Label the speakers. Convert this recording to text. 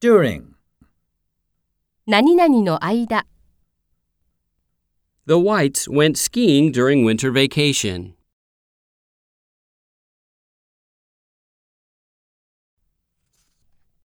Speaker 1: During.
Speaker 2: 何々の間。
Speaker 3: The Whites went skiing during winter vacation.